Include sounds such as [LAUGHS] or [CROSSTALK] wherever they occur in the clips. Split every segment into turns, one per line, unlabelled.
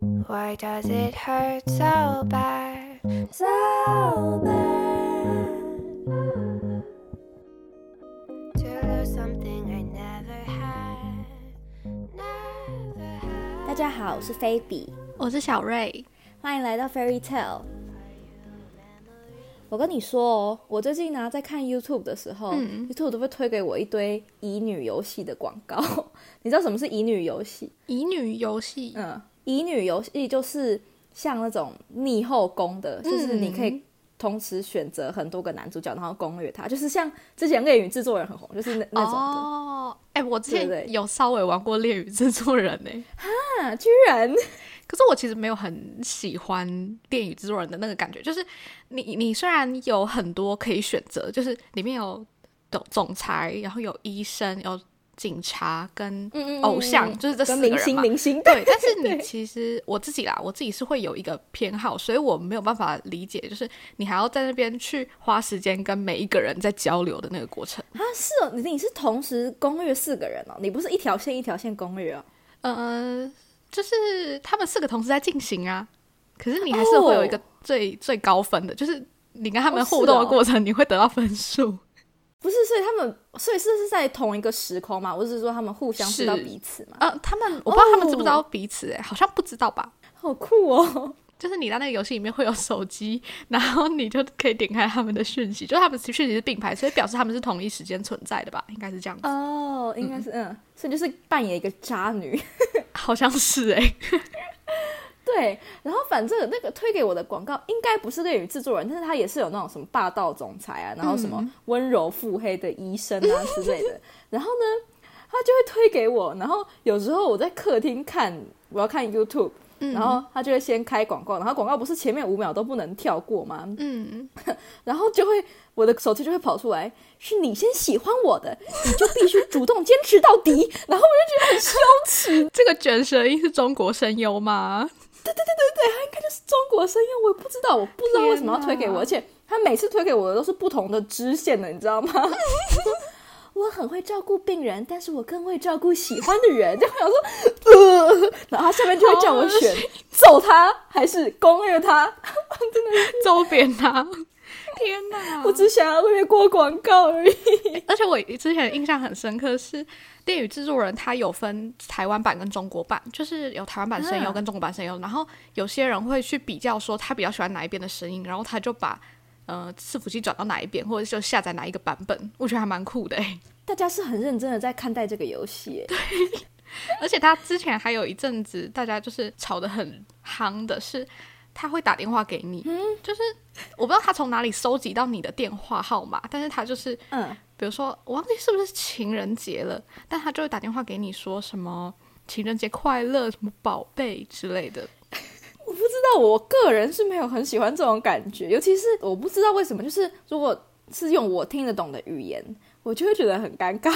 Why does it hurt so bad?
So bad.
To lose something I never had. Never
大
had.
家好，我是菲比，
我是小瑞，
欢迎来到 Fairy Tale。我跟你说哦，我最近呢、在看 YouTube 的时候、
嗯
y o u t u b e 都会推给我一堆乙女游戏的广告。 [LAUGHS] 你知道什么是乙女游戏？
乙女游戏，
嗯，乙女游戏就是像那种逆后宫
嗯
的，就是你可以同时选择很多个男主角，然后攻略他，就是像之前《恋与制作人》很红，就是那那种的。
哦，哎、我之
对对
前有稍微玩过《恋与制作人》呢，
啊，居然！
可是我其实没有很喜欢《恋与制作人》的那个感觉，就是你你虽然有很多可以选择，就是里面有总总裁，然后有医生，有警察跟
嗯嗯嗯
偶像，
嗯
就是这四
跟
个人
明
嘛。
星明星
对，但是
[LAUGHS] 对
你其实我自己啦，我自己是会有一个偏好，所以我没有办法理解，就是你还要在那边去花时间跟每一个人在交流的那个过程。
啊，是哦，你你是同时攻略四个人哦，你不是一条线一条线攻略哦。
呃，就是他们四个同时在进行啊，可是你还是会有一个
哦
最、最高分的，就是你跟他们
哦是
互动
哦
的过程，你会得到分数。
[LAUGHS] 不是，所以他们，所以是是在同一个时空嘛？我只是说他们互相知道
是
彼此嘛，
呃，他们我不知道他们知不知道
哦
彼此、欸，好像不知道吧？
好酷哦！
就是你在那个游戏里面会有手机，然后你就可以点开他们的讯息，就是他们讯息是并排，所以表示他们是同一时间存在的吧？应该是这样子，
哦，应该是嗯所以就是扮演一个渣女。
好像是哎、
对，然后反正那个推给我的广告应该不是恋与制作人，但是他也是有那种什么霸道总裁啊，然后什么温柔腹黑的医生啊之类的。然后呢，他就会推给我，然后有时候我在客厅看，我要看 YouTube，、然后他就会先开广告，然后广告不是前面五秒都不能跳过吗？
嗯，
[LAUGHS] 然后就会我的手机就会跑出来，是你先喜欢我的，你就必须主动坚持到底。然后我就觉得很羞耻，
这个卷舌音是中国声优吗？ [LAUGHS]
就是中国声音，我也不知道，我不知道为什么要推给
天
我，
哪
而且他每次推给我的都是不同的支线的，你知道吗？我很会照顾病人，但是我更会照顾喜欢的 [LAUGHS] 人。就我想说，呃，然后他下面就会叫我选揍他还是攻略他，
周边
[LAUGHS]
啊，天哪！
我只想要略过广告而已。
而且我之前印象很深刻是《电影制作人》，他有分台湾版跟中国版，就是有台湾版声优
啊
跟中国版声优，然后有些人会去比较说他比较喜欢哪一边的声音，然后他就把呃伺服器转到哪一边，或者就下载哪一个版本， [LAUGHS] 我觉得还蛮酷的欸
大家是很认真的在看待这个游戏，哎
而且他之前还有一阵子大家就是吵得很夯的是。他会打电话给你，就是我不知道他从哪里收集到你的电话号码，但是他就是
嗯，
比如说，我忘记是不是情人节了，但他就会打电话给你说什么“情人节快乐”、“什么宝贝”之类的。
我不知道，我个人是没有很喜欢这种感觉，尤其是我不知道为什么，就是如果是用我听得懂的语言，我就会觉得很尴尬。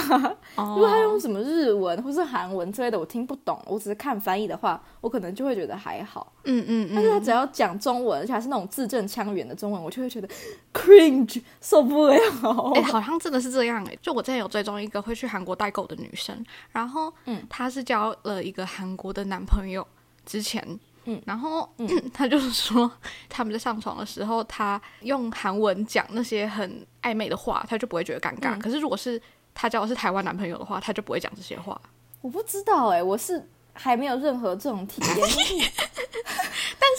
哦
如果他用什么日文或是韩文之类的，我听不懂，我只是看翻译的话，我可能就会觉得还好。
嗯嗯
但是他只要讲中文，而且还是那种字正腔圆的中文，我就会觉得 cringe 受不了。
哎、好像真的是这样哎、就我之前有追踪一个会去韩国代购的女生，然后，
嗯
她是交了一个韩国的男朋友之前，
嗯，
然后， [CLEARS THROAT] 她就是说他们在上床的时候，她用韩文讲那些很暧昧的话，她就不会觉得尴尬。
嗯
可是如果是她交的是台湾男朋友的话，她就不会讲这些话。
[LAUGHS] 我不知道哎、我是还没有任何这种体验， [LAUGHS]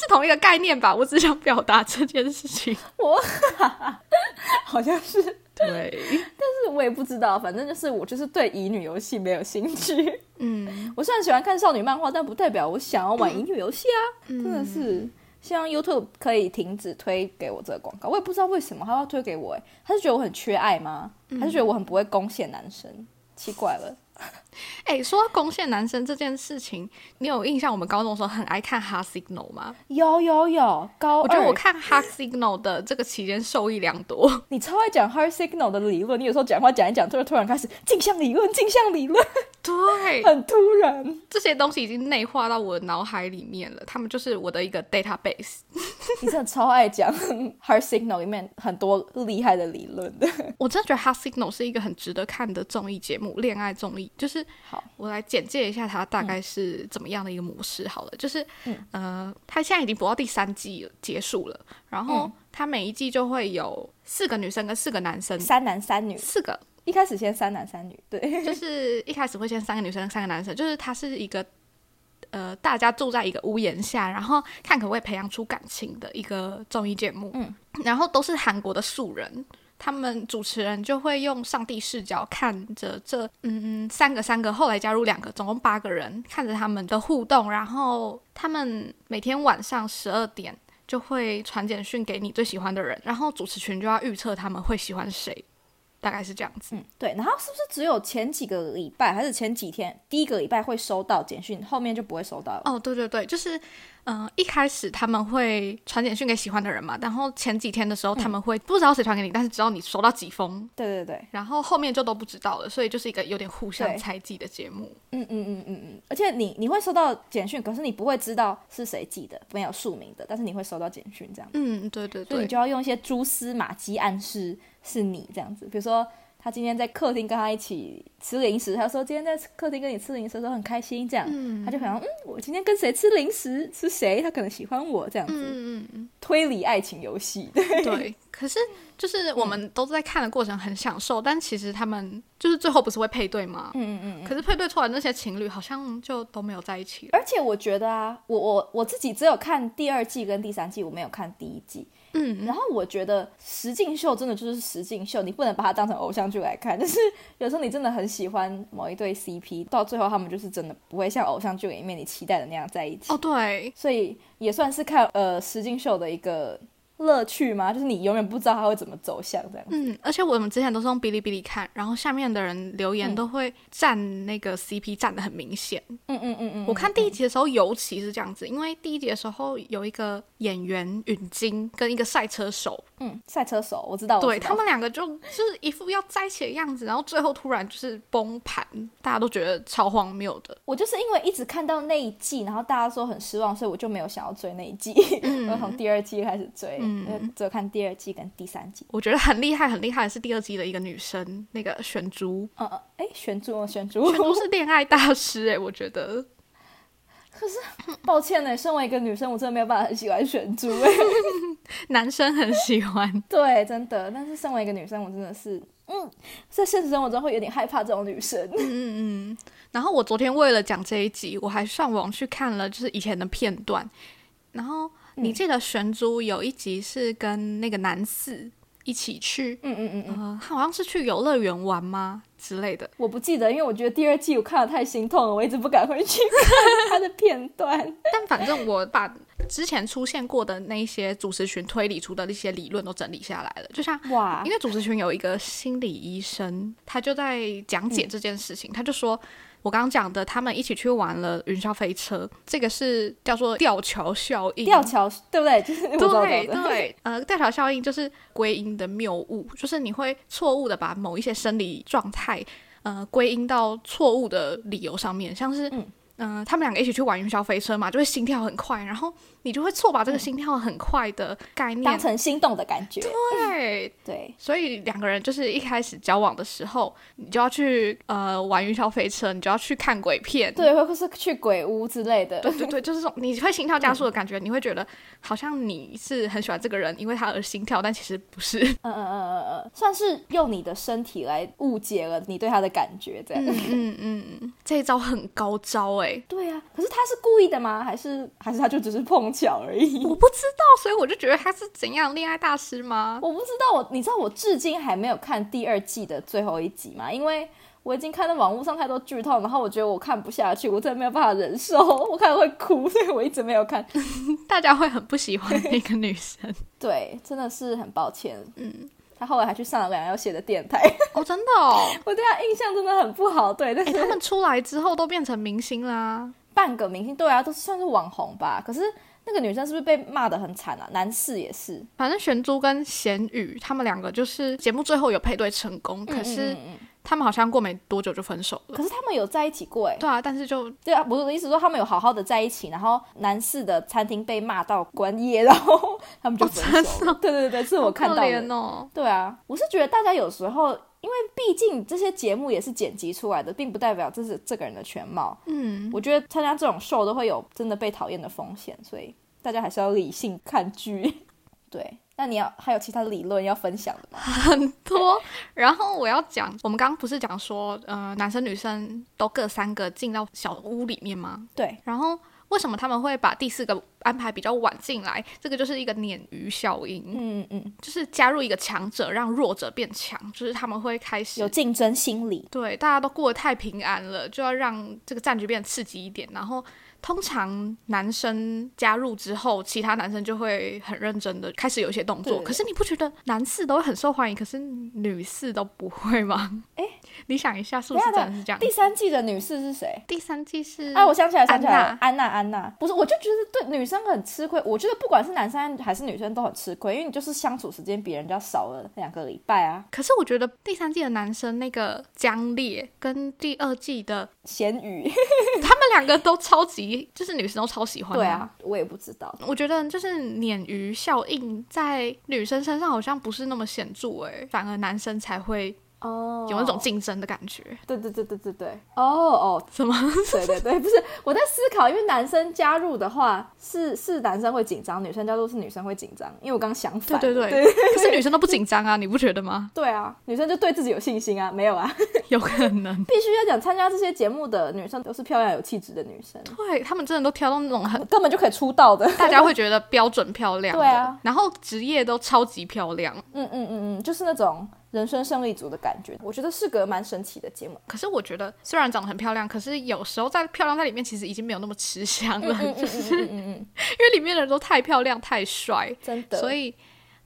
是同一个概念吧，我只想表达这件事情。
[LAUGHS] 好像是，但
[LAUGHS] 对，
是我也不知道，反正就是我就是对乙女游戏没有兴趣。
嗯，
我虽然喜欢看少女漫画，但不代表我想要玩乙女游戏啊！
嗯
真的是，希望 YouTube 可以停止推给我这个广告。我也不知道为什么他要推给我、欸，他是觉得我很缺爱吗？还是
嗯
觉得我很不会攻陷男生？奇怪了，
哎、说到攻陷男生这件事情，你有印象我们高中的时候很爱看《哈 Signal》吗？
有有有，高
我觉得
二
我看《哈 Signal》的这个期间受益良多。
你超爱讲 hard signal 的理论，你有时候讲话讲一讲，突然突然开始镜像理论，镜像理论，
对，
很突然。
[LAUGHS]
[LAUGHS]
这些东西已经内化到我的脑海里面了，他们就是我的一个 database。
你真的超爱讲 Heart Signal 里面很多厉害的理论的。
我真的觉得《Hot Signal》是一个很值得看的综艺节目，恋爱综艺。就是
好，嗯
我来简介一下它大概是怎么样的一个模式好了。就是，呃，它现在已经播到第三季了结束了，然后
嗯
它每一季就会有四个女生跟四个男生，
三男三女，
四个
一开始先三男三女，对，
[LAUGHS]
[LAUGHS]
就是一开始会先三个女生，三个男生，就是它是一个呃，大家住在一个屋檐下，然后看可不可以培养出感情的一个综艺节目。
嗯，
然后都是韩国的素人，他们主持人就会用上帝视角看着这嗯三个三个，后来加入两个，总共八个人，看着他们的互动，然后他们每天晚上十二点。就会传简讯给你最喜欢的人，然后主持群就要预测他们会喜欢谁，大概是这样子。
嗯，对。然后是不是只有前几个礼拜还是前几天，第一个礼拜会收到简讯，后面就不会收到了？
哦，对对对，就是，嗯、一开始他们会传简讯给喜欢的人嘛，然后前几天的时候
嗯
他们会不知道谁传给你，但是知道你收到几封，
对对对，
然后后面就都不知道了，所以就是一个有点互相
对
猜忌的节目。
嗯嗯嗯嗯嗯。而且你你会收到简讯，可是你不会知道是谁寄的，没有署名的，但是你会收到简讯这样。
嗯，对对
所以
对
你，就要用一些蛛丝马迹暗示是你这样子。比如说，他今天在客厅跟他一起吃零食，他说今天在客厅跟你吃零食的时候很开心，这样，他就可能嗯，我今天跟谁吃零食，是谁，他可能喜欢我这样子。
嗯嗯嗯，
推理爱情游戏， [LAUGHS]
对。可是就是
嗯
我们都在看的过程很享受，但其实他们就是最后不是会配对吗？
嗯嗯嗯。
可是配对出来那些情侣好像就都没有在一起了。
而且我觉得啊，我我我自己只有看第二季跟第三季，我没有看第一季。
嗯，
然后我觉得实境秀真的就是实境秀，你不能把它当成偶像剧来看。 [LAUGHS] 就是有时候你真的很喜欢某一对 CP，到最后他们就是真的不会像偶像剧里面你期待的那样在一起。
哦，对，
所以也算是看呃实境秀的一个乐趣嘛，就是你永远不知道它会怎么走向这样。
嗯，而且我们之前都是用哔哩哔哩看，然后下面的人留言都会站那个 CP 站的很明显。
嗯嗯嗯嗯，
我看第一集的时候尤其是这样子，因为第一集的时候有一个演员允晶跟一个赛车手，
嗯赛车手我知道，我
对
知道
他们两个就就是一副要在一起的样子，然后最后突然就是崩盘，大家都觉得超荒谬的。
我就是因为一直看到那一季，然后大家说很失望，所以我就没有想要追那一季，
嗯
[LAUGHS] 我从第二季开始追，我就只有看第二季跟第三季。
我觉得很厉害，很厉害的是第二季的一个女生，那个玄珠，
嗯嗯，哎，悬珠哦，悬珠，
玄珠是恋爱大师哎、我觉得。
[LAUGHS] 抱歉呢，身为一个女生，我真的没有办法很喜欢悬珠哎。
男生很喜欢，
[LAUGHS] 对，真的，但是身为一个女生，我真的是，嗯，在现实生活中会有点害怕这种女生。 [LAUGHS]
然后我昨天为了讲这一集，我还上网去看了就是以前的片段。然后你记得玄珠有一集是跟那个男四一起去，
嗯嗯嗯嗯，
呃，他好像是去游乐园玩吗之类的。
我不记得，因为我觉得第二季我看的太心痛了，我一直不敢回去看它的片段。
但反正我把之前出现过的那一些主持群推理出的那些理论都整理下来了，就像
哇
因，为主持群有一个心理医生，他就在讲解这件事情，他就说。我刚刚讲的，他们一起去玩了云霄飞车，这个是叫做吊桥效应。
吊桥对 [LAUGHS] 不对？就是我知道
对
我知道 [LAUGHS]
对，呃，吊桥效应就是归因的谬误，就是你会错误的把某一些生理状态，呃，归因到错误的理由上面，像是
嗯
嗯。呃他们两个一起去玩云霄飞车嘛，就会心跳很快，然后你就会错把这个心跳很快的概念。
嗯当成嗯心动的感觉。
对，
对，
所以两个人就是一开始交往的时候，你就要去呃玩云霄飞车，你就要去看鬼片，
对，或是去鬼屋之类的。
对对对，就是这种你会心跳加速的感觉，你会觉得好像你是很喜欢这个人，因为他而心跳，但其实不是。
嗯嗯嗯嗯嗯嗯，算是用你的身体来误解了你对他的感觉，这样。
嗯嗯嗯，这一招很高招哎、
[LAUGHS] 对啊，可是他是故意的吗？还是还是他就只是碰巧而已？ [LAUGHS]
我不知道，所以我就觉得他是怎样恋爱大师吗？
我不知道，我你知道我至今还没有看第二季的最后一集吗？因为我已经看到网络上太多剧透，然后我觉得我看不下去，我真的没有办法忍受，我看了会哭，所以我一直没有看。
大家会很不喜欢那个女生
对，真的是很抱歉。嗯，他后来还去上了梁耀写的电台，
[LAUGHS]
[LAUGHS]
哦，真的哦。
我对他印象真的很不好。对，但
[LAUGHS] 哎、
是
他们出来之后都变成明星啦。
半个明星，对啊，都算是网红吧。可是那个女生是不是被骂的很惨啊？男四也是，
反正玄珠跟贤宇他们两个就是节目最后有配对成功，可
嗯
是
嗯嗯
他们好像过没多久就分手了。
可是他们有在一起过哎、
对啊，但是就
对啊，我的意思说他们有好好的在一起，然后男士的餐厅被骂到关业，然后他们就分
哦
手了。对对对，是我看到
好可
的。
怜哦。
对啊，我是觉得大家有时候，因为毕竟这些节目也是剪辑出来的，并不代表这是这个人的全貌。
嗯，
我觉得参加这种秀都会有真的被讨厌的风险，所以大家还是要理性看剧。 [LAUGHS] 对，那你要还有其他理论要分享的吗？
多。然后我要讲，我们刚刚不是讲说，呃，男生女生都各三个进到小屋里面吗？
对，
然后为什么他们会把第四个安排比较晚进来？这个就是一个鲶鱼效应，
嗯嗯，
就是加入一个强者，让弱者变强，就是他们会开始
有竞争心理。
对，大家都过得太平安了，就要让这个战局变得刺激一点。然后，通常男生加入之后，其他男生就会很认真的开始有一些动作。
对对对
可是你不觉得男士都会很受欢迎，可是女士都不会吗？
诶，
[LAUGHS] 你想一下，是
等
不
一
是
下
真的是这样？
第三季的女士是谁？
第三季啊是
啊，我想起来，想起来了，
安
安娜，安娜，不是，我就觉得对女生很吃亏。我觉得不管是男生还是女生都很吃亏，因为你就是相处时间比人家少了两个礼拜啊。
可是我觉得第三季的男生那个江烈跟第二季的
咸鱼，
他们两个都超级，就是女生都超喜欢。
对，啊，我也不知道。
我觉得就是鲶鱼效应在女生身上好像不是那么显著诶、反而男生才会
哦
有那种竞争的感觉。
对对对对对对，哦哦，
什么？
对对对，不是我在思考，因为男生加入的话是是男生会紧张，女生加入是女生会紧张，因为我刚想
对
反，
对对，可是女生都不紧张啊，你不觉得
[LAUGHS]
吗？
对啊，女生就对自己有信心啊，没有啊， [LAUGHS]
有可能，
必须要讲参加这些节目的女生都是漂亮有气质的女
[LAUGHS]
生，
对他们真的都挑到那种很
根本就可以出道的。
大家会觉得标准漂亮的，
对啊
然后职业都超级漂亮。
嗯嗯嗯嗯，就是那种人生胜利组的感觉，我觉得是个蛮神奇的节目。
可是我觉得，虽然长得很漂亮，可是有时候在漂亮在里面其实已经没有那么吃香了，就是因
嗯嗯嗯，
为里面的人都太漂亮、太帅，
真的。
所
以
以，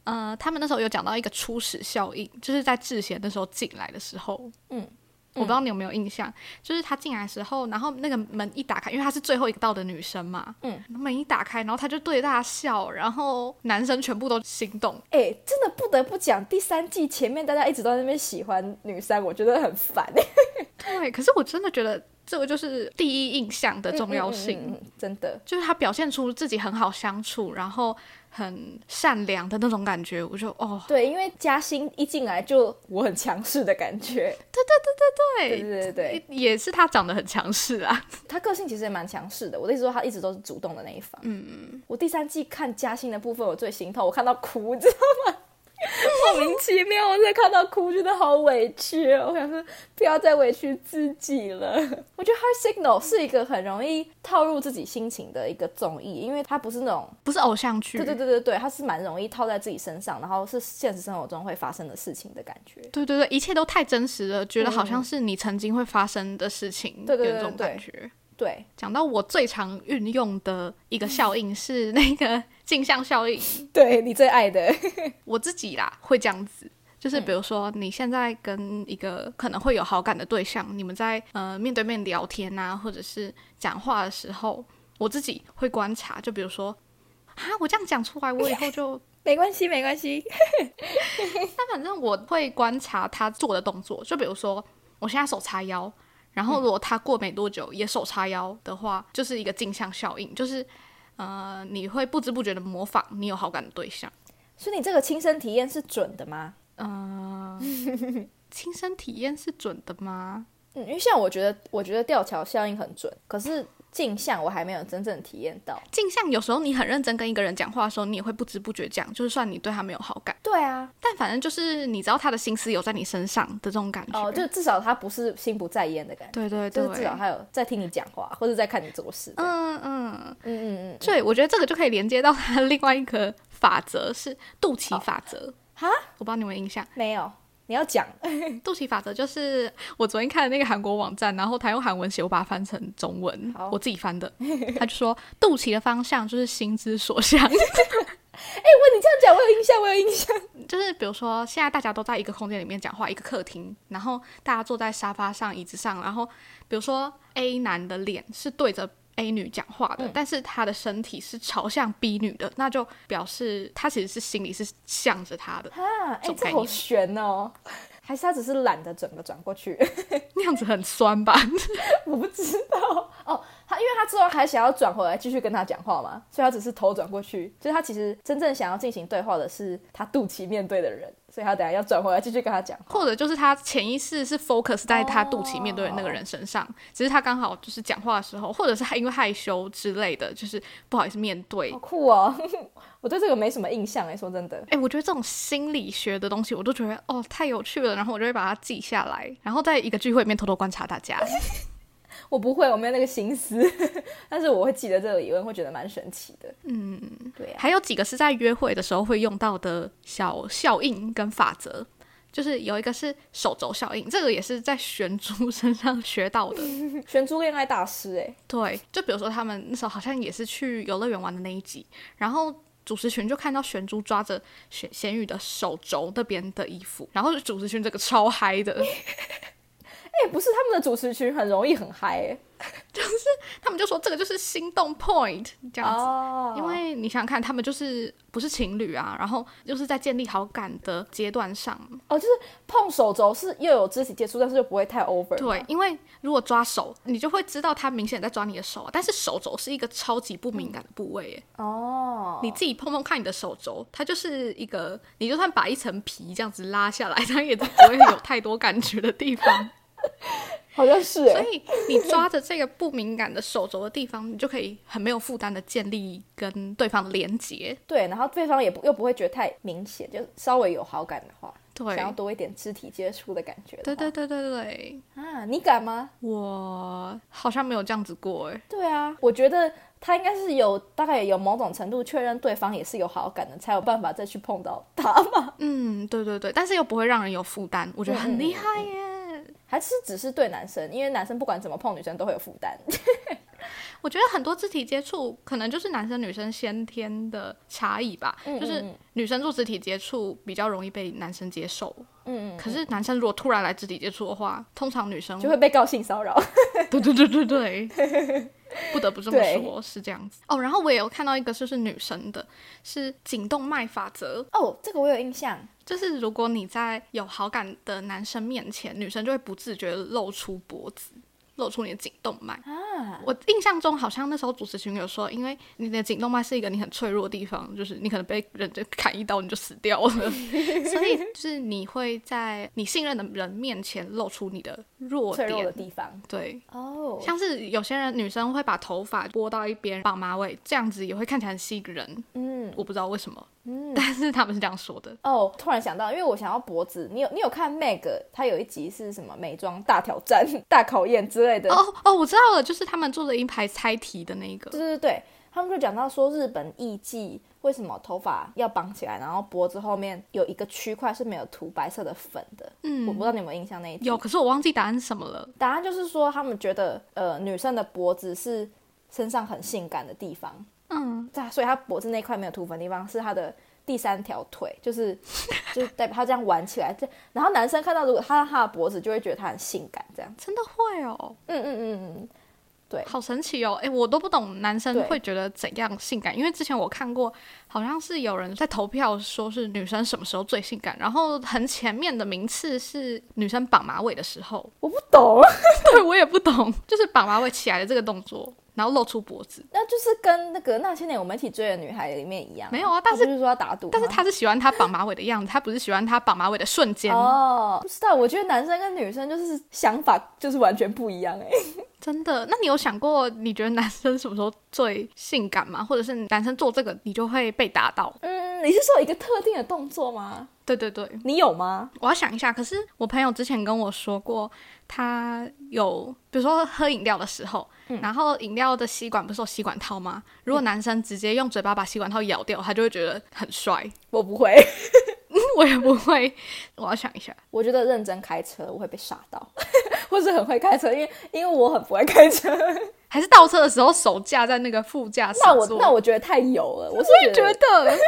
呃，他们那时候有讲到一个初始效应，就是在智贤那时候进来的时候，
嗯，
我不知道你有没有印象，就是他进来的时候，然后那个门一打开，因为她是最后一个到的女生嘛，
嗯，
门一打开，然后他就对着大家笑，然后男生全部都心动，
哎、真的不得不讲，第三季前面大家一直都在那边喜欢女三，我觉得很烦。欸
对，可是我真的觉得这个就是第一印象的重要性。
嗯嗯嗯嗯真的。
就是他表现出自己很好相处，然后很善良的那种感觉，我就哦，
对，因为嘉欣一进来就我很强势的感觉，对
对，
对对对，
也是他长得很强势啊，
她个性其实也蛮强势的。我的意思说，她一直都是主动的那一方。嗯嗯。我第三季看嘉欣的部分，我最心痛，我看到哭，你知道吗？ [LAUGHS] 莫名其妙，我真的看到哭，觉得好委屈哦。我想说，不要再委屈自己了。我觉得《Heart Signal》是一个很容易套入自己心情的一个综艺，因为它不是那种
不是偶像剧，
对对对对对，它是蛮容易套在自己身上，然后是现实生活中会发生的事情的感觉。
对对对一切都太真实了，觉得好像是你曾经会发生的事情，
哦对对
有
对
这种
对
感觉。
对，
讲到我最常运用的一个效应是那个镜像
[LAUGHS]
效应，
对你最爱的， [LAUGHS]
我自己啦会这样子。
嗯
就是比如说，你现在跟一个可能会有好感的对象，你们在呃面对面聊天啊，或者是讲话的时候，我自己会观察。就比如说，啊，我这样讲出来，我以后就
没关系，没关系。
但反正我会观察他做的动作，就比如说我现在手叉腰，
嗯
然后如果他过没多久也手叉腰的话，就是一个镜像效应，就是呃，你会不知不觉的模仿你有好感的对象，
所以你这个亲身体验是准的吗？
呃，亲身体验是准的吗？
嗯，因为像我觉得，我觉得吊桥效应很准，可是镜像我还没有真正体验到。
镜像有时候你很认真跟一个人讲话的时候，你也会不知不觉讲，就是算你对他没有好感，
对啊，
但反正就是你知道他的心思有在你身上的这种感觉。
哦，就至少他不是心不在焉的感觉，
对对对，
就是至少他有在听你讲话，或者在看你做事。嗯
嗯嗯，
嗯嗯嗯，
对，我觉得这个就可以连接到它另外一个法则是肚脐法则。
哦哈，嗯
我不知道你有没有印象，
没有，你要讲， [LAUGHS]
肚脐法则就是我昨天看的那个韩国网站，然后他用韩文写，我把它翻成中文
好，
我自己
[LAUGHS]
翻的。他就说肚脐的方向就是心之所向，
问你这样讲，我有印象，我有印象。
就是比如说现在大家都在一个空间里面讲话，一个客厅，然后大家坐在沙发上、椅子上，然后比如说 A 男的脸是对着 A 女讲话的，但是他的身体是朝向 B 女的，那就表示他其实是心里是向着她的。
啊，哎、
这种
这
概念
好悬哦！还是他只是懒得整个转过去？ [LAUGHS]
那样子很酸吧？ [LAUGHS]
我不知道哦。他因为他之后还想要转回来继续跟他讲话嘛，所以他只是头转过去。就是他其实真正想要进行对话的是他肚脐面对的人，所以他等下要转回来继续跟他讲。
或者就是他潜意识是 focus 在他肚脐面对的那个人身上只是他刚好就是讲话的时候，或者是他因为害羞之类的，就是不好意思面对
好。酷哦！ [LAUGHS] 我对这个没什么印象哎，说真的。
哎、我觉得这种心理学的东西，我都觉得哦太有趣了，然后我就会把它记下来，然后在一个聚会里面偷偷观察大家。
我不会，我没有那个心思， [LAUGHS] 但是我会记得这个疑问，会觉得蛮神奇的。嗯，对呀、
还有几个是在约会的时候会用到的小效应跟法则，就是有一个是手肘效应，这个也是在玄珠身上学到的。
玄珠恋爱大师哎，
对，就比如说他们那时候好像也是去游乐园玩的那一集，然后主持群就看到玄珠抓着玄咸鱼的手肘那边的衣服，然后主持群这个超嗨的，
哎、不是他们的主持群很容易很嗨哎。
他们就说这个就是心动 point 这样子。
哦
因为你想想看，他们就是不是情侣啊，然后就是在建立好感的阶段上，
哦，就是碰手肘是又有肢体接触，但是又不会太 over。
对，，啊因为如果抓手，你就会知道他明显在抓你的手啊，但是手肘是一个超级不敏感的部位耶，
哦，
你自己碰碰看你的手肘，它就是一个，你就算把一层皮这样子拉下来， [LAUGHS] 它也不会有太多感觉的地 [LAUGHS] 方。
好像是哎
所。以你抓着这个不敏感的手肘的地方，你就可以很没有负担的建立跟对方的连接。
对，然后对方也不又不会觉得太明显，就稍微有好感的话，
对
想要多一点肢体接触的感觉的
对
话
对对对对，
啊，你敢吗？
我好像没有这样子过哎。
对啊，我觉得他应该是有大概有某种程度确认对方也是有好感的，才有办法再去碰到他嘛，
嗯，对对对，但是又不会让人有负担，我觉得很厉害耶。
还是只是对男生，因为男生不管怎么碰女生都会有负担。
我觉得很多肢体接触可能就是男生女生先天的差异吧，就是女生做肢体接触比较容易被男生接受，
嗯嗯，
可是男生如果突然来肢体接触的话，通常女生
[LAUGHS] 就会被告性骚扰。
[LAUGHS] 对对对对对， [LAUGHS] 不得不这么
对
说，是这样子哦。然后我也有看到一个就是女生的，是颈动脉法则，
哦，这个我有印象。
就是如果你在有好感的男生面前，女生就会不自觉地露出脖子，露出你的颈动脉啊。我印象中好像那时候主持群有说，因为你的颈动脉是一个你很脆弱的地方，就是你可能被人就砍一刀你就死掉
[LAUGHS]
了，所以就是你会在你信任的人面前露出你的弱
脆
点。
弱的地方
对，
哦
像是有些人女生会把头发拨到一边绑马尾，这样子也会看起来很吸引人。
嗯
我不知道为什么，
嗯
但是他们是这样说的。
哦，突然想到，因为我想要脖子，你有你有看 Meg，她有一集是什么美妆大挑战、 [LAUGHS] 大考验之类的，
哦哦，我知道了，就是他们做的一排猜题的那
对
一个。
对对，他们就讲到说日本艺妓为什么头发要绑起来，然后脖子后面有一个区块是没有涂白色的粉的，
嗯
我不知道你有没有印象那一集，
有，可是我忘记答案是什么了。
答案就是说他们觉得呃女生的脖子是身上很性感的地方，
嗯，
对啊，所以她脖子那块没有涂粉的地方是她的第三条腿，就是就是代表她这样挽起来，这然后男生看到如果他她的脖子就会觉得她很性感，这样，
真的会哦，
嗯嗯嗯嗯，对，
好神奇哦！哎，我都不懂男生
对
会觉得怎样性感，因为之前我看过，好像是有人在投票说是女生什么时候最性感，然后很前面的名次是女生绑马尾的时候。 [LAUGHS]
我不懂， [LAUGHS]
对我也不懂，就是绑马尾起来的这个动作，然后露出脖子。
那就是跟那个那些年我们一起追的女孩里面一样，
没有啊但
她
是
不是说要打赌吗，
但是他是喜欢他绑马尾的样子，他不是喜欢他绑马尾的瞬间。
哦，不知道，我觉得男生跟女生就是想法就是完全不一样哎、
真的？那你有想过，你觉得男生什么时候最性感吗？或者是男生做这个，你就会被打到？
嗯，你是说一个特定的动作吗？
对对对，
你有吗？
我要想一下。可是我朋友之前跟我说过，他有比如说喝饮料的时候，然后饮料的吸管不是有吸管套吗？如果男生直接用嘴巴把吸管套咬掉，他就会觉得很 [LAUGHS] 帅。
我不会，
我也不会，我要想一下。
[LAUGHS] 我觉得认真开车我会被吓到， [LAUGHS] 或是很会开车，因为因为我很不会开
[LAUGHS]
车。
还是倒车的时候手架在那个副驾驶
那我
座。
那我觉得太油了，我是
也
觉
觉
得
得，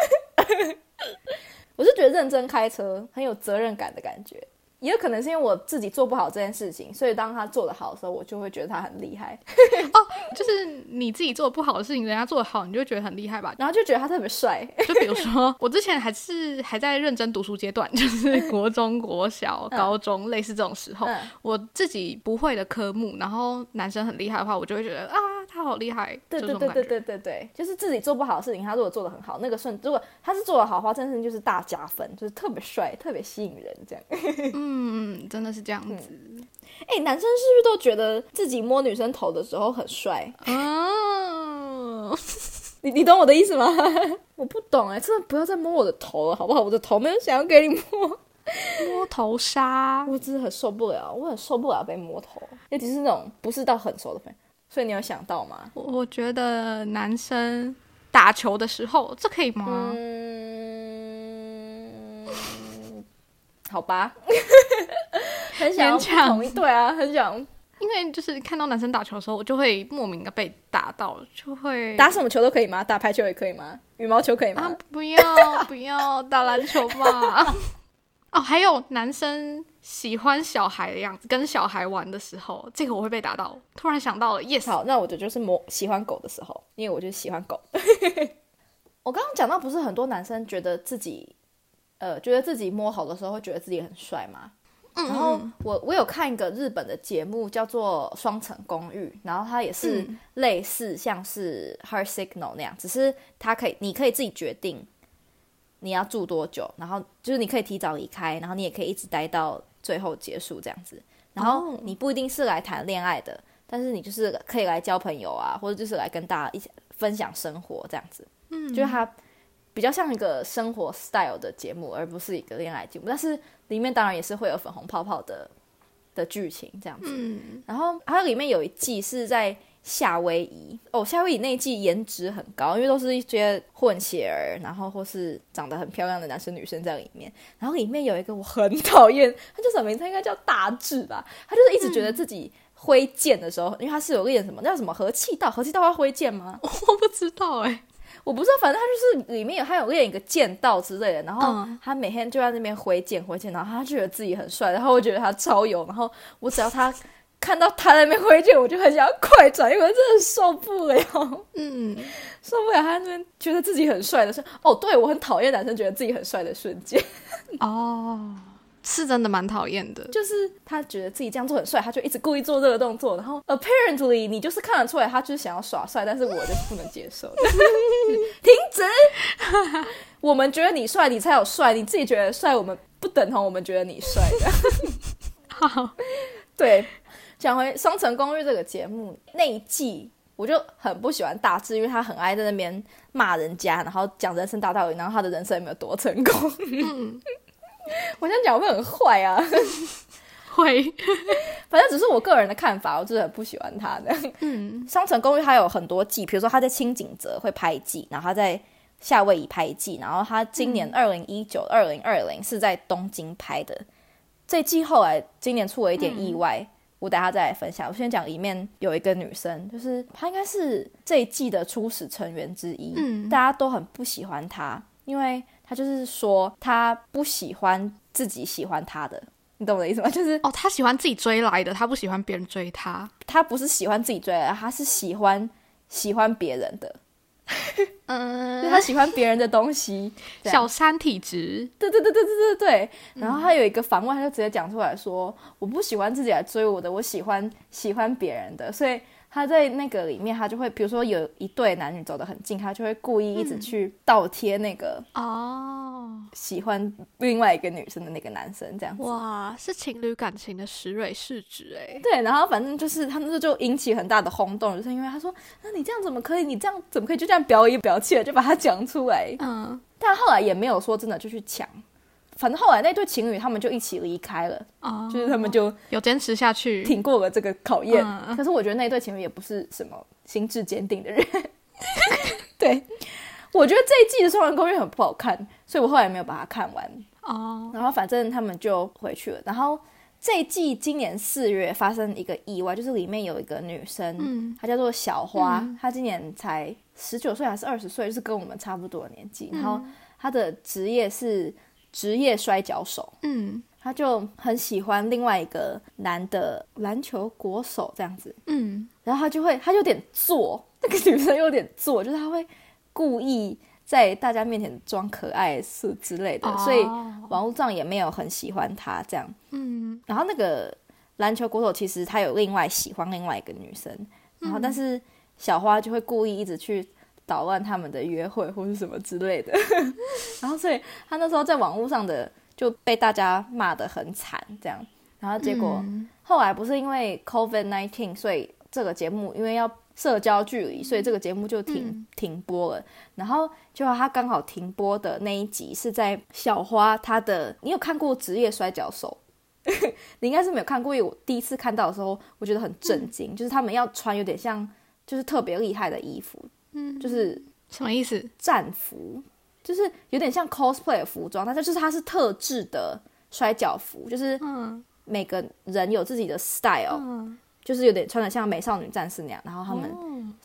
我是觉得认真开车很有责任感的感觉。也有可能是因为我自己做不好这件事情，所以当他做得好的时候，我就会觉得他很厉害，
[LAUGHS] 就是你自己做不好的事情，人家做得好，你就会觉得很厉害吧？
然后就觉得他特别帅。
就比如说，我之前还是还在认真读书阶段，就是国中、国小、高中，类似这种时候，
嗯
我自己不会的科目，然后男生很厉害的话，我就会觉得啊，他好厉害，
对
[LAUGHS]
对
就这种
对
感
对
觉。
对对对，就是自己做不好的事情，他如果做得很好，那个瞬，如果他是做得好的话，真的就是大加分，就是特别帅，特别吸引人这样。
嗯，真的是这样子。
哎、男生是不是都觉得自己摸女生头的时候很帅？
嗯，
你你懂我的意思吗？ [LAUGHS] 我不懂哎、真的不要再摸我的头了，好不好？我的头没有想要给你摸，
摸头杀，
我真的很受不了，我很受不了被摸头，尤其是那种不是到很熟的朋友。所以你有想到吗？
我我觉得男生打球的时候，这可以吗？
嗯，好 [LAUGHS] 吧，很想要
勉强
不同意，对啊，很想
因为就是看到男生打球的时候，我就会莫名的被打到，就会
打什么球都可以吗？打排球也可以吗？羽毛球可以
啊
吗？！
不要不要打篮球吧。 [LAUGHS] 哦，还有男生喜欢小孩的样子，跟小孩玩的时候，这个我会被打到。突然想到了，yes，
好，那我的就是摸喜欢狗的时候，因为我就喜欢狗。 [LAUGHS] 我刚刚讲到，不是很多男生觉得自己，呃，觉得自己摸头的时候会觉得自己很帅吗？然后我我有看一个日本的节目叫做《双层公寓》，然后它也是类似像是 Her Signal 那样，只是它可以你可以自己决定你要住多久，然后就是你可以提早离开，然后你也可以一直待到最后结束这样子。然后
哦
你不一定是来谈恋爱的，但是你就是可以来交朋友啊，或者就是来跟大家一起分享生活这样子。嗯，就是它比较像一个生活 style 的节目，而不是一个恋爱节目。但是里面当然也是会有粉红泡泡的的剧情这样子。
嗯，
然后它里面有一季是在夏威夷哦，夏威夷那一季颜值很高，因为都是一些混血儿，然后或是长得很漂亮的男生女生在里面。然后里面有一个我很讨厌，他叫什么名字？他应该叫大志吧？他就是一直觉得自己。挥剑的时候，因为他是有练什么，那叫什么合气道？合气道要挥剑吗？
我不知道哎、
我不知道，反正他就是里面有他有练一个剑道之类的，然后
嗯
他每天就在那边挥剑挥剑，然后他觉得自己很帅，然后我觉得他超油，然后我只要他看到他在那边挥剑，我就很想要快转，因为我真的受不了， [LAUGHS]
嗯，
受不了他那边觉得自己很帅的瞬哦，对我很讨厌男生觉得自己很帅的瞬间，
哦，是真的蛮讨厌的。
就是他觉得自己这样做很帅，他就一直故意做这个动作，然后 apparently 你就是看得出来他就是想要耍帅，但是我就是不能接受， [LAUGHS] 停止。我们觉得你帅，你才有帅；你自己觉得帅，我们不等同我们觉得你帅的。
好，
[LAUGHS] 对，讲回《双城公寓》这个节目那一季，我就很不喜欢大志，因为他很爱在那边骂人家，然后讲人生大道理，然后他的人生也没有多成功。 [LAUGHS] 我这样讲会不会很坏啊？
会，
反正只是我个人的看法，我真的很不喜欢他的。
嗯，
商城公寓它有很多季，比如说他在清景泽会拍一季，然后他在夏威夷拍一季，然后他今
嗯
年二零一九、二零二零是在东京拍的。这季后来今年出了一点意外，
嗯
我等下再来分享。我先讲里面有一个女生，就是她应该是这一季的初始成员之一，
嗯
大家都很不喜欢她，因为她就是说她不喜欢自己喜欢她的，你懂我的意思吗？ [LAUGHS] 就是
哦，他喜欢自己追来的，他不喜欢别人追他。
他不是喜欢自己追的，他是喜欢喜欢别人的，就
嗯
是他喜欢别人的东西。这样
小三体质，
对对对对对对对。然后他有一个反问，他就直接讲出来说：“我不喜欢自己来追我的，我喜欢喜欢别人的。”所以他在那个里面，他就会比如说有一对男女走得很近，他就会故意一直去倒贴那个
哦，
喜欢另外一个女生的那个男生，这样子。
哇，是情侣感情的石蕊试纸哎。
对，然后反正就是他们就引起很大的轰动，就是因为他说：“那你这样怎么可以？你这样怎么可以就这样表里表气的就把它讲出来？”
嗯，
但后来也没有说真的就去抢，反正后来那对情侣他们就一起离开了，
哦，
就是他们就
有坚持下去，
挺过了这个考验。
嗯嗯
可是我觉得那对情侣也不是什么心智坚定
[LAUGHS]
的人，对。我觉得这一季的《双人公寓》很不好看，所以我后来没有把它看完。
哦，
然后反正他们就回去了。然后这一季今年四月发生一个意外，就是里面有一个女生，
嗯
她叫做小花，
嗯
她今年才十九岁还是二十岁，就是跟我们
嗯
差不多的年纪。然后她的职业是职业摔跤手，
嗯，
他就很喜欢另外一个男的篮球国手这样子，
嗯，
然后他就会，他就有点做， [LAUGHS] 那个女生有点做，就是他会故意在大家面前装可爱是之类的，
哦
所以网络上也没有很喜欢他这样。
嗯，
然后那个篮球国手其实他有另外喜欢另外一个女生，然
嗯
后但是小花就会故意一直去捣乱他们的约会或是什么之类的， [LAUGHS] 然后所以他那时候在网络上的就被大家骂得很惨这样，然后结果
嗯
后来不是因为 COVID nineteen，所以这个节目因为要社交距离，所以这个节目就停、停播了。然后结果他刚好停播的那一集是在小花她的，你有看过职业摔跤手？ [LAUGHS] 你应该是没有看过，因为我第一次看到的时候，我觉得很震惊，就是他们要穿有点像，就是特别厉害的衣服，嗯，就是
什么意思？
战服，就是有点像 cosplay 的服装，但是就是它是特制的摔跤服，就是
嗯
每个人有自己的 style，、
嗯，
就是有点穿的像美少女战士那样。然后他们，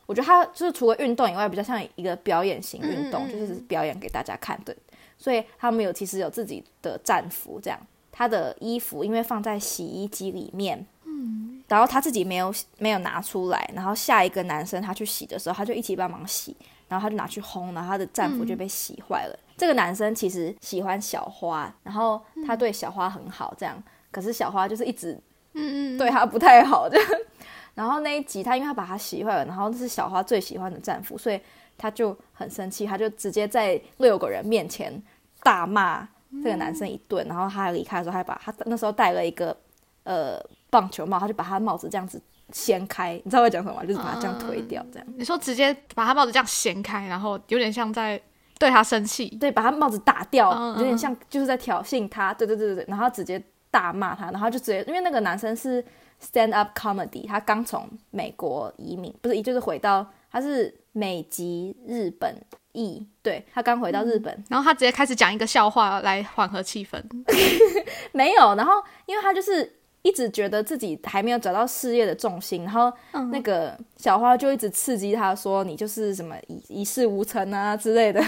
我觉得他就是除了运动以外，比较像一个表演型运动，
嗯嗯嗯
就是表演给大家看的。所以他们有其实有自己的战服，这样他的衣服因为放在洗衣机里面，嗯，然后他自己没有没有拿出来，然后下一个男生他去洗的时候，他就一起帮忙洗，然后他就拿去烘，然后他的战服
嗯
就被洗坏了。这个男生其实喜欢小花，然后
嗯
他对小花很好，这样。可是小花就是一直
嗯嗯，
对他不太好这样。然后那一集他因为他把他洗坏了，然后这是小花最喜欢的战服，所以他就很生气，他就直接在六个人面前大骂这个男生一
嗯
顿。然后他离开的时候，还把他那时候戴了一个呃棒球帽，他就把他帽子这样子掀开，你知道我在讲什么吗？就是把他这样
嗯
推掉，这样、
你说直接把他帽子这样掀开，然后有点像在对他生气，
对，把他帽子打掉，
嗯嗯
有点像就是在挑衅他。对对对对对，然后他直接大骂他，然后就直接因为那个男生是 stand up comedy，他刚从美国移民，不是移就是回到他是美籍日本裔，对他刚回到日本，
然后他直接开始讲一个笑话来缓和气氛。
没有，然后因为他就是一直觉得自己还没有找到事业的重心，然后
嗯
那个小花就一直刺激他说你就是什么一一事无成啊之类的，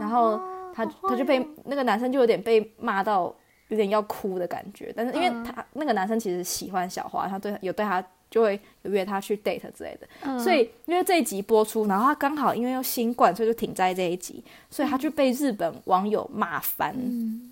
然后他他就被那个男生就有点被骂到有点要哭的感觉，但是因为他、那个男生其实喜欢小花，他对有对他就会有约他去 date 之类的，所以因为这一集播出，然后他刚好因为又新冠，所以就停在这一集，所以他就被日本网友骂翻。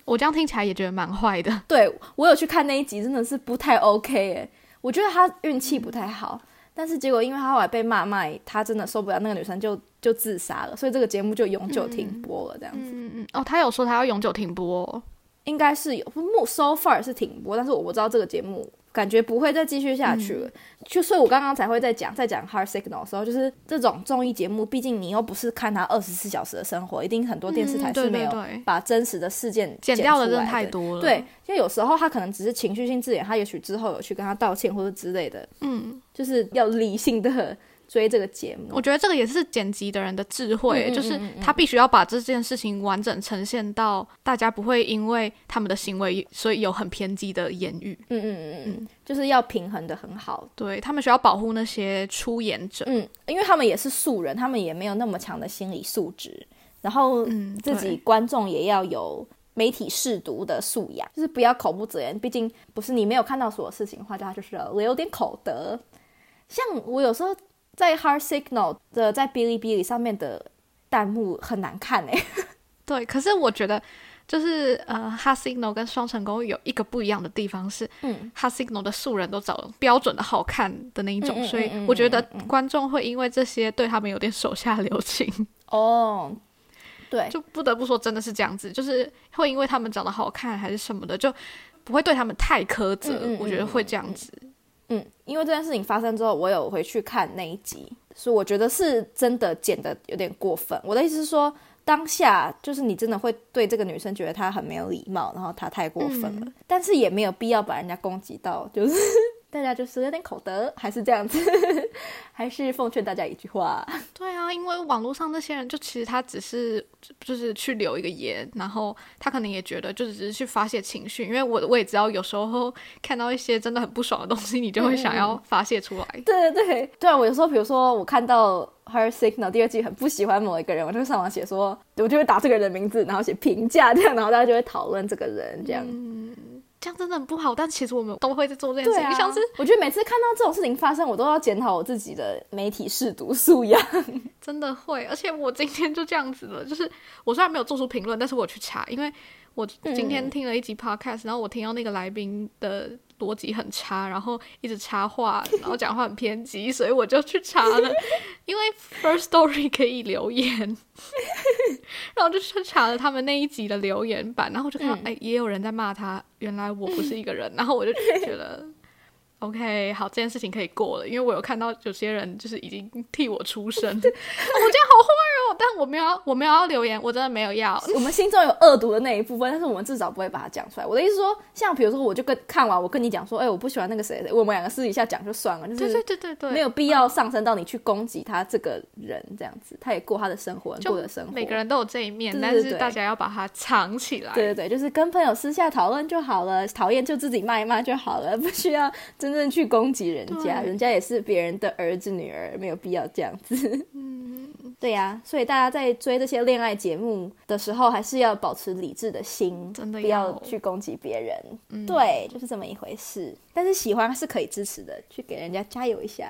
我这样听起来也觉得蛮坏的。
对我有去看那一集，真的是不太 OK 哎、我觉得他运气不太好，但是结果因为他后来被骂骂，他真的受不了，那个女生就就自杀了，所以这个节目就永久停播了，这样子、
嗯嗯，哦，他有说他要永久停播哦、
应该是有目 so far 是停播，但是我不知道这个节目。感觉不会再继续下去了，
嗯
就所以，我刚刚才会在讲在讲《Heart Signal》的时候，就是这种综艺节目，毕竟你又不是看他二十四小时的生活，一定很多哦电视台
嗯
是
对
没有
对对
把真实的事件
剪掉
出
的真的
来
太多了。
对，，因为有时候他可能只是情绪性字眼，他也许之后有去跟他道歉或者之类的，
嗯，
就是要理性的追这个节目。
我觉得这个也是剪辑的人的智慧，欸
嗯嗯
就是他必须要把这件事情完整呈现到大家不会因为他们的行为，所以有很偏激的言语。
嗯嗯嗯嗯，就是要平衡的很好。
对他们需要保护那些出演者。
嗯，因为他们也是素人，他们也没有那么强的心理素质，然后
嗯，
自己观众也要有媒体试读的素养，就是不要口不择言。毕竟不是你没有看到所有事情的话，就他就是了我有点口德。像我有时候在 Hard Signal 的在哔哩哔哩上面的弹幕很难看 [LAUGHS] 哎、
对对。可是我觉得，就是呃，哈 signal 跟双城公寓有一个不一样的地方是，
嗯，
哈 signal 的素人都找标准的好看的那一种，
嗯嗯嗯
所以
嗯嗯
我觉得观众会因为这些对他们有点手下留情。
哦，对，
[LAUGHS] 就不得不说，真的是这样子，就是会因为他们长得好看还是什么的，就不会对他们太苛责。
嗯嗯嗯
我觉得会这样子。
嗯，因为这件事情发生之后，我有回去看那一集，所以我觉得是真的剪的有点过分。我的意思是说，当下就是你真的会对这个女生觉得她很没有礼貌，然后她太过分了，但是也没有必要把人家攻击到，就是 [LAUGHS] 大家就是有点口德，还是这样子， [LAUGHS] 还是奉劝大家一句话，
对啊，因为网络上那些人，就其实他只是就是去留一个言，然后他可能也觉得就只是去发泄情绪。因为我我也知道，有时候 [LAUGHS] 看到一些真的很不爽的东西，你就会
嗯
想要发泄出来。
对对对，对啊，我有时候比如说我看到《Her Signal》第二季很不喜欢某一个人，我就上网写说，我就会打这个人的名字，然后写评价这样，然后大家就会讨论这个人这样。
这样真的很不好。但其实我们都会在做这件事
对
情，
啊，
像是
我觉得每次看到这种事情发生，我都要检讨我自己的媒体试读素
[LAUGHS]
养。
真的会，而且我今天就这样子了，就是我虽然没有做出评论，但是我去查，因为我今天听了一集 podcast，、然后我听到那个来宾的逻辑很差，然后一直插话，然后讲话很偏激，所以我就去查了，因为 First Story 可以留言，然后我就去查了他们那一集的留言板，然后我就看到哎、也有人在骂他，原来我不是一个人，然后我就觉得。OK，好，这件事情可以过了，因为我有看到有些人就是已经替我出
[LAUGHS]
声，哦我这样好坏哦，但我没有要，我没有要留言，我真的没有要。
我们心中有恶毒的那一部分，但是我们至少不会把它讲出来。我的意思说，像比如说，我就跟看完，我跟你讲说，哎、我不喜欢那个谁谁，我们两个私底下讲就算了，就
对对
是
对对对，
没有必要上升到你去攻击他这个人这样子。他也过他的生活，
就
过的生活，
每个人都有这一面，
对对
但是
对
大家要把它藏起来。
对对对，就是跟朋友私下讨论就好了，讨厌就自己骂一骂就好了， [LAUGHS] 不需要真正去攻击人家，
对
人家也是别人的儿子女儿，没有必要这样子。嗯，对呀、所以大家在追这些恋爱节目的时候，还是要保持理智的心，
真的
不要
要嗯
去攻击别人。对，就是这么一回事。但是喜欢是可以支持的，去给人家加油一下。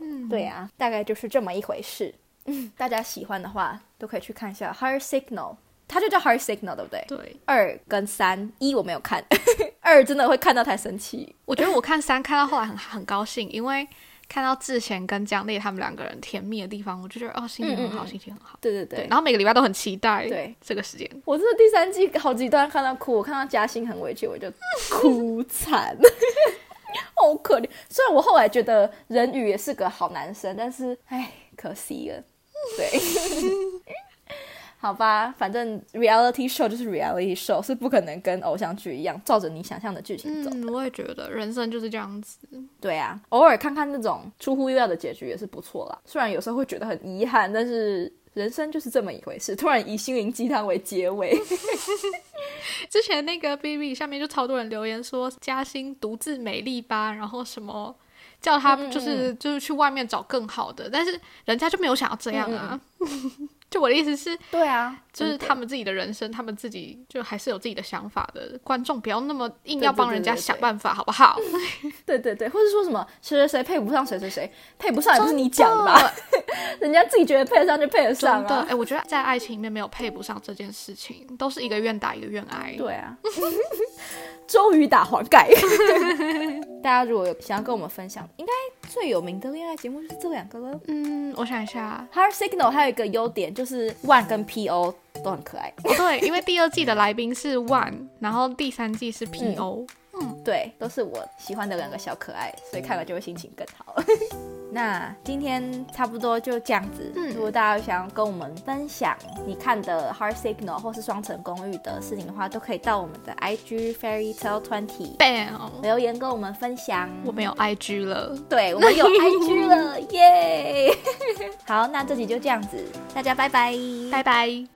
嗯， [LAUGHS] 对啊，大概就是这么一回事。嗯，大家喜欢的话，都可以去看一下《Heart Signal》，它就叫《Heart Signal》，对不对？
对，
二跟三，一我没有看， [LAUGHS] 二真的会看到太生气。
我觉得我看三看到后来很很高兴，因为看到志贤跟江丽他们两个人甜蜜的地方，我就觉得哦，心情很
嗯
好，
嗯嗯
心情很好。
对对对，
对，然后每个礼拜都很期待
对
这个时间。
我真的第三季好几段看到哭，我看到嘉欣很委屈，我就 [LAUGHS] 哭惨， [LAUGHS] 好可怜。虽然我后来觉得人鱼也是个好男生，但是唉，可惜了。对， [LAUGHS] 好吧，反正 reality show 就是 reality show，是不可能跟偶像剧一样照着你想象的剧情走。
嗯，我也觉得人生就是这样子。
对啊，偶尔看看那种出乎意料的结局也是不错啦。虽然有时候会觉得很遗憾，但是人生就是这么一回事。突然以心灵鸡汤为结尾，
之前那个 B B 下面就超多人留言说嘉欣独自美丽吧，然后什么叫他
嗯
就是、就是去外面找更好的，但是人家就没有想要这样啊。
嗯
[LAUGHS] 就我的意思是，
对 [LAUGHS] 啊，
就是他们自己的人生，他们自己就还是有自己的想法的。观众不要那么硬
对
要
对
帮
对
人
对
家
对
想办法，好
[LAUGHS]
不好？
对对对，或者说什么谁谁谁配不上谁谁谁，配不上也不是你讲的吧？ [LAUGHS] 人家自己觉得配得上就配得上
真的，哎、
啊。
我觉得在爱情里面没有配不上这件事情，都是一个愿打一个愿挨。
对啊， [LAUGHS] 终于打黄盖。 [LAUGHS] 大家如果有想要跟我们分享，应该最有名的恋爱节目就是这两个了。
嗯，我想一下，
Heart Signal 还有一个优点就是 One 跟 PO 都很可爱。
哦对，因为第二季的来宾是 One，然后第三季是 P O。
对，都是我喜欢的两个小可爱，所以看了就会心情更好。 [LAUGHS] 那今天差不多就这样子。
嗯
如果大家想要跟我们分享你看的《Heart Signal》或是《双城公寓》的事情的话，都可以到我们的 IG Fairy Tale Twenty
Bam，
留言跟我们分享。
我没有 IG 了，
对，我们有 [LAUGHS] IG 了，耶！好，那这集就这样子，大家拜拜，
拜拜。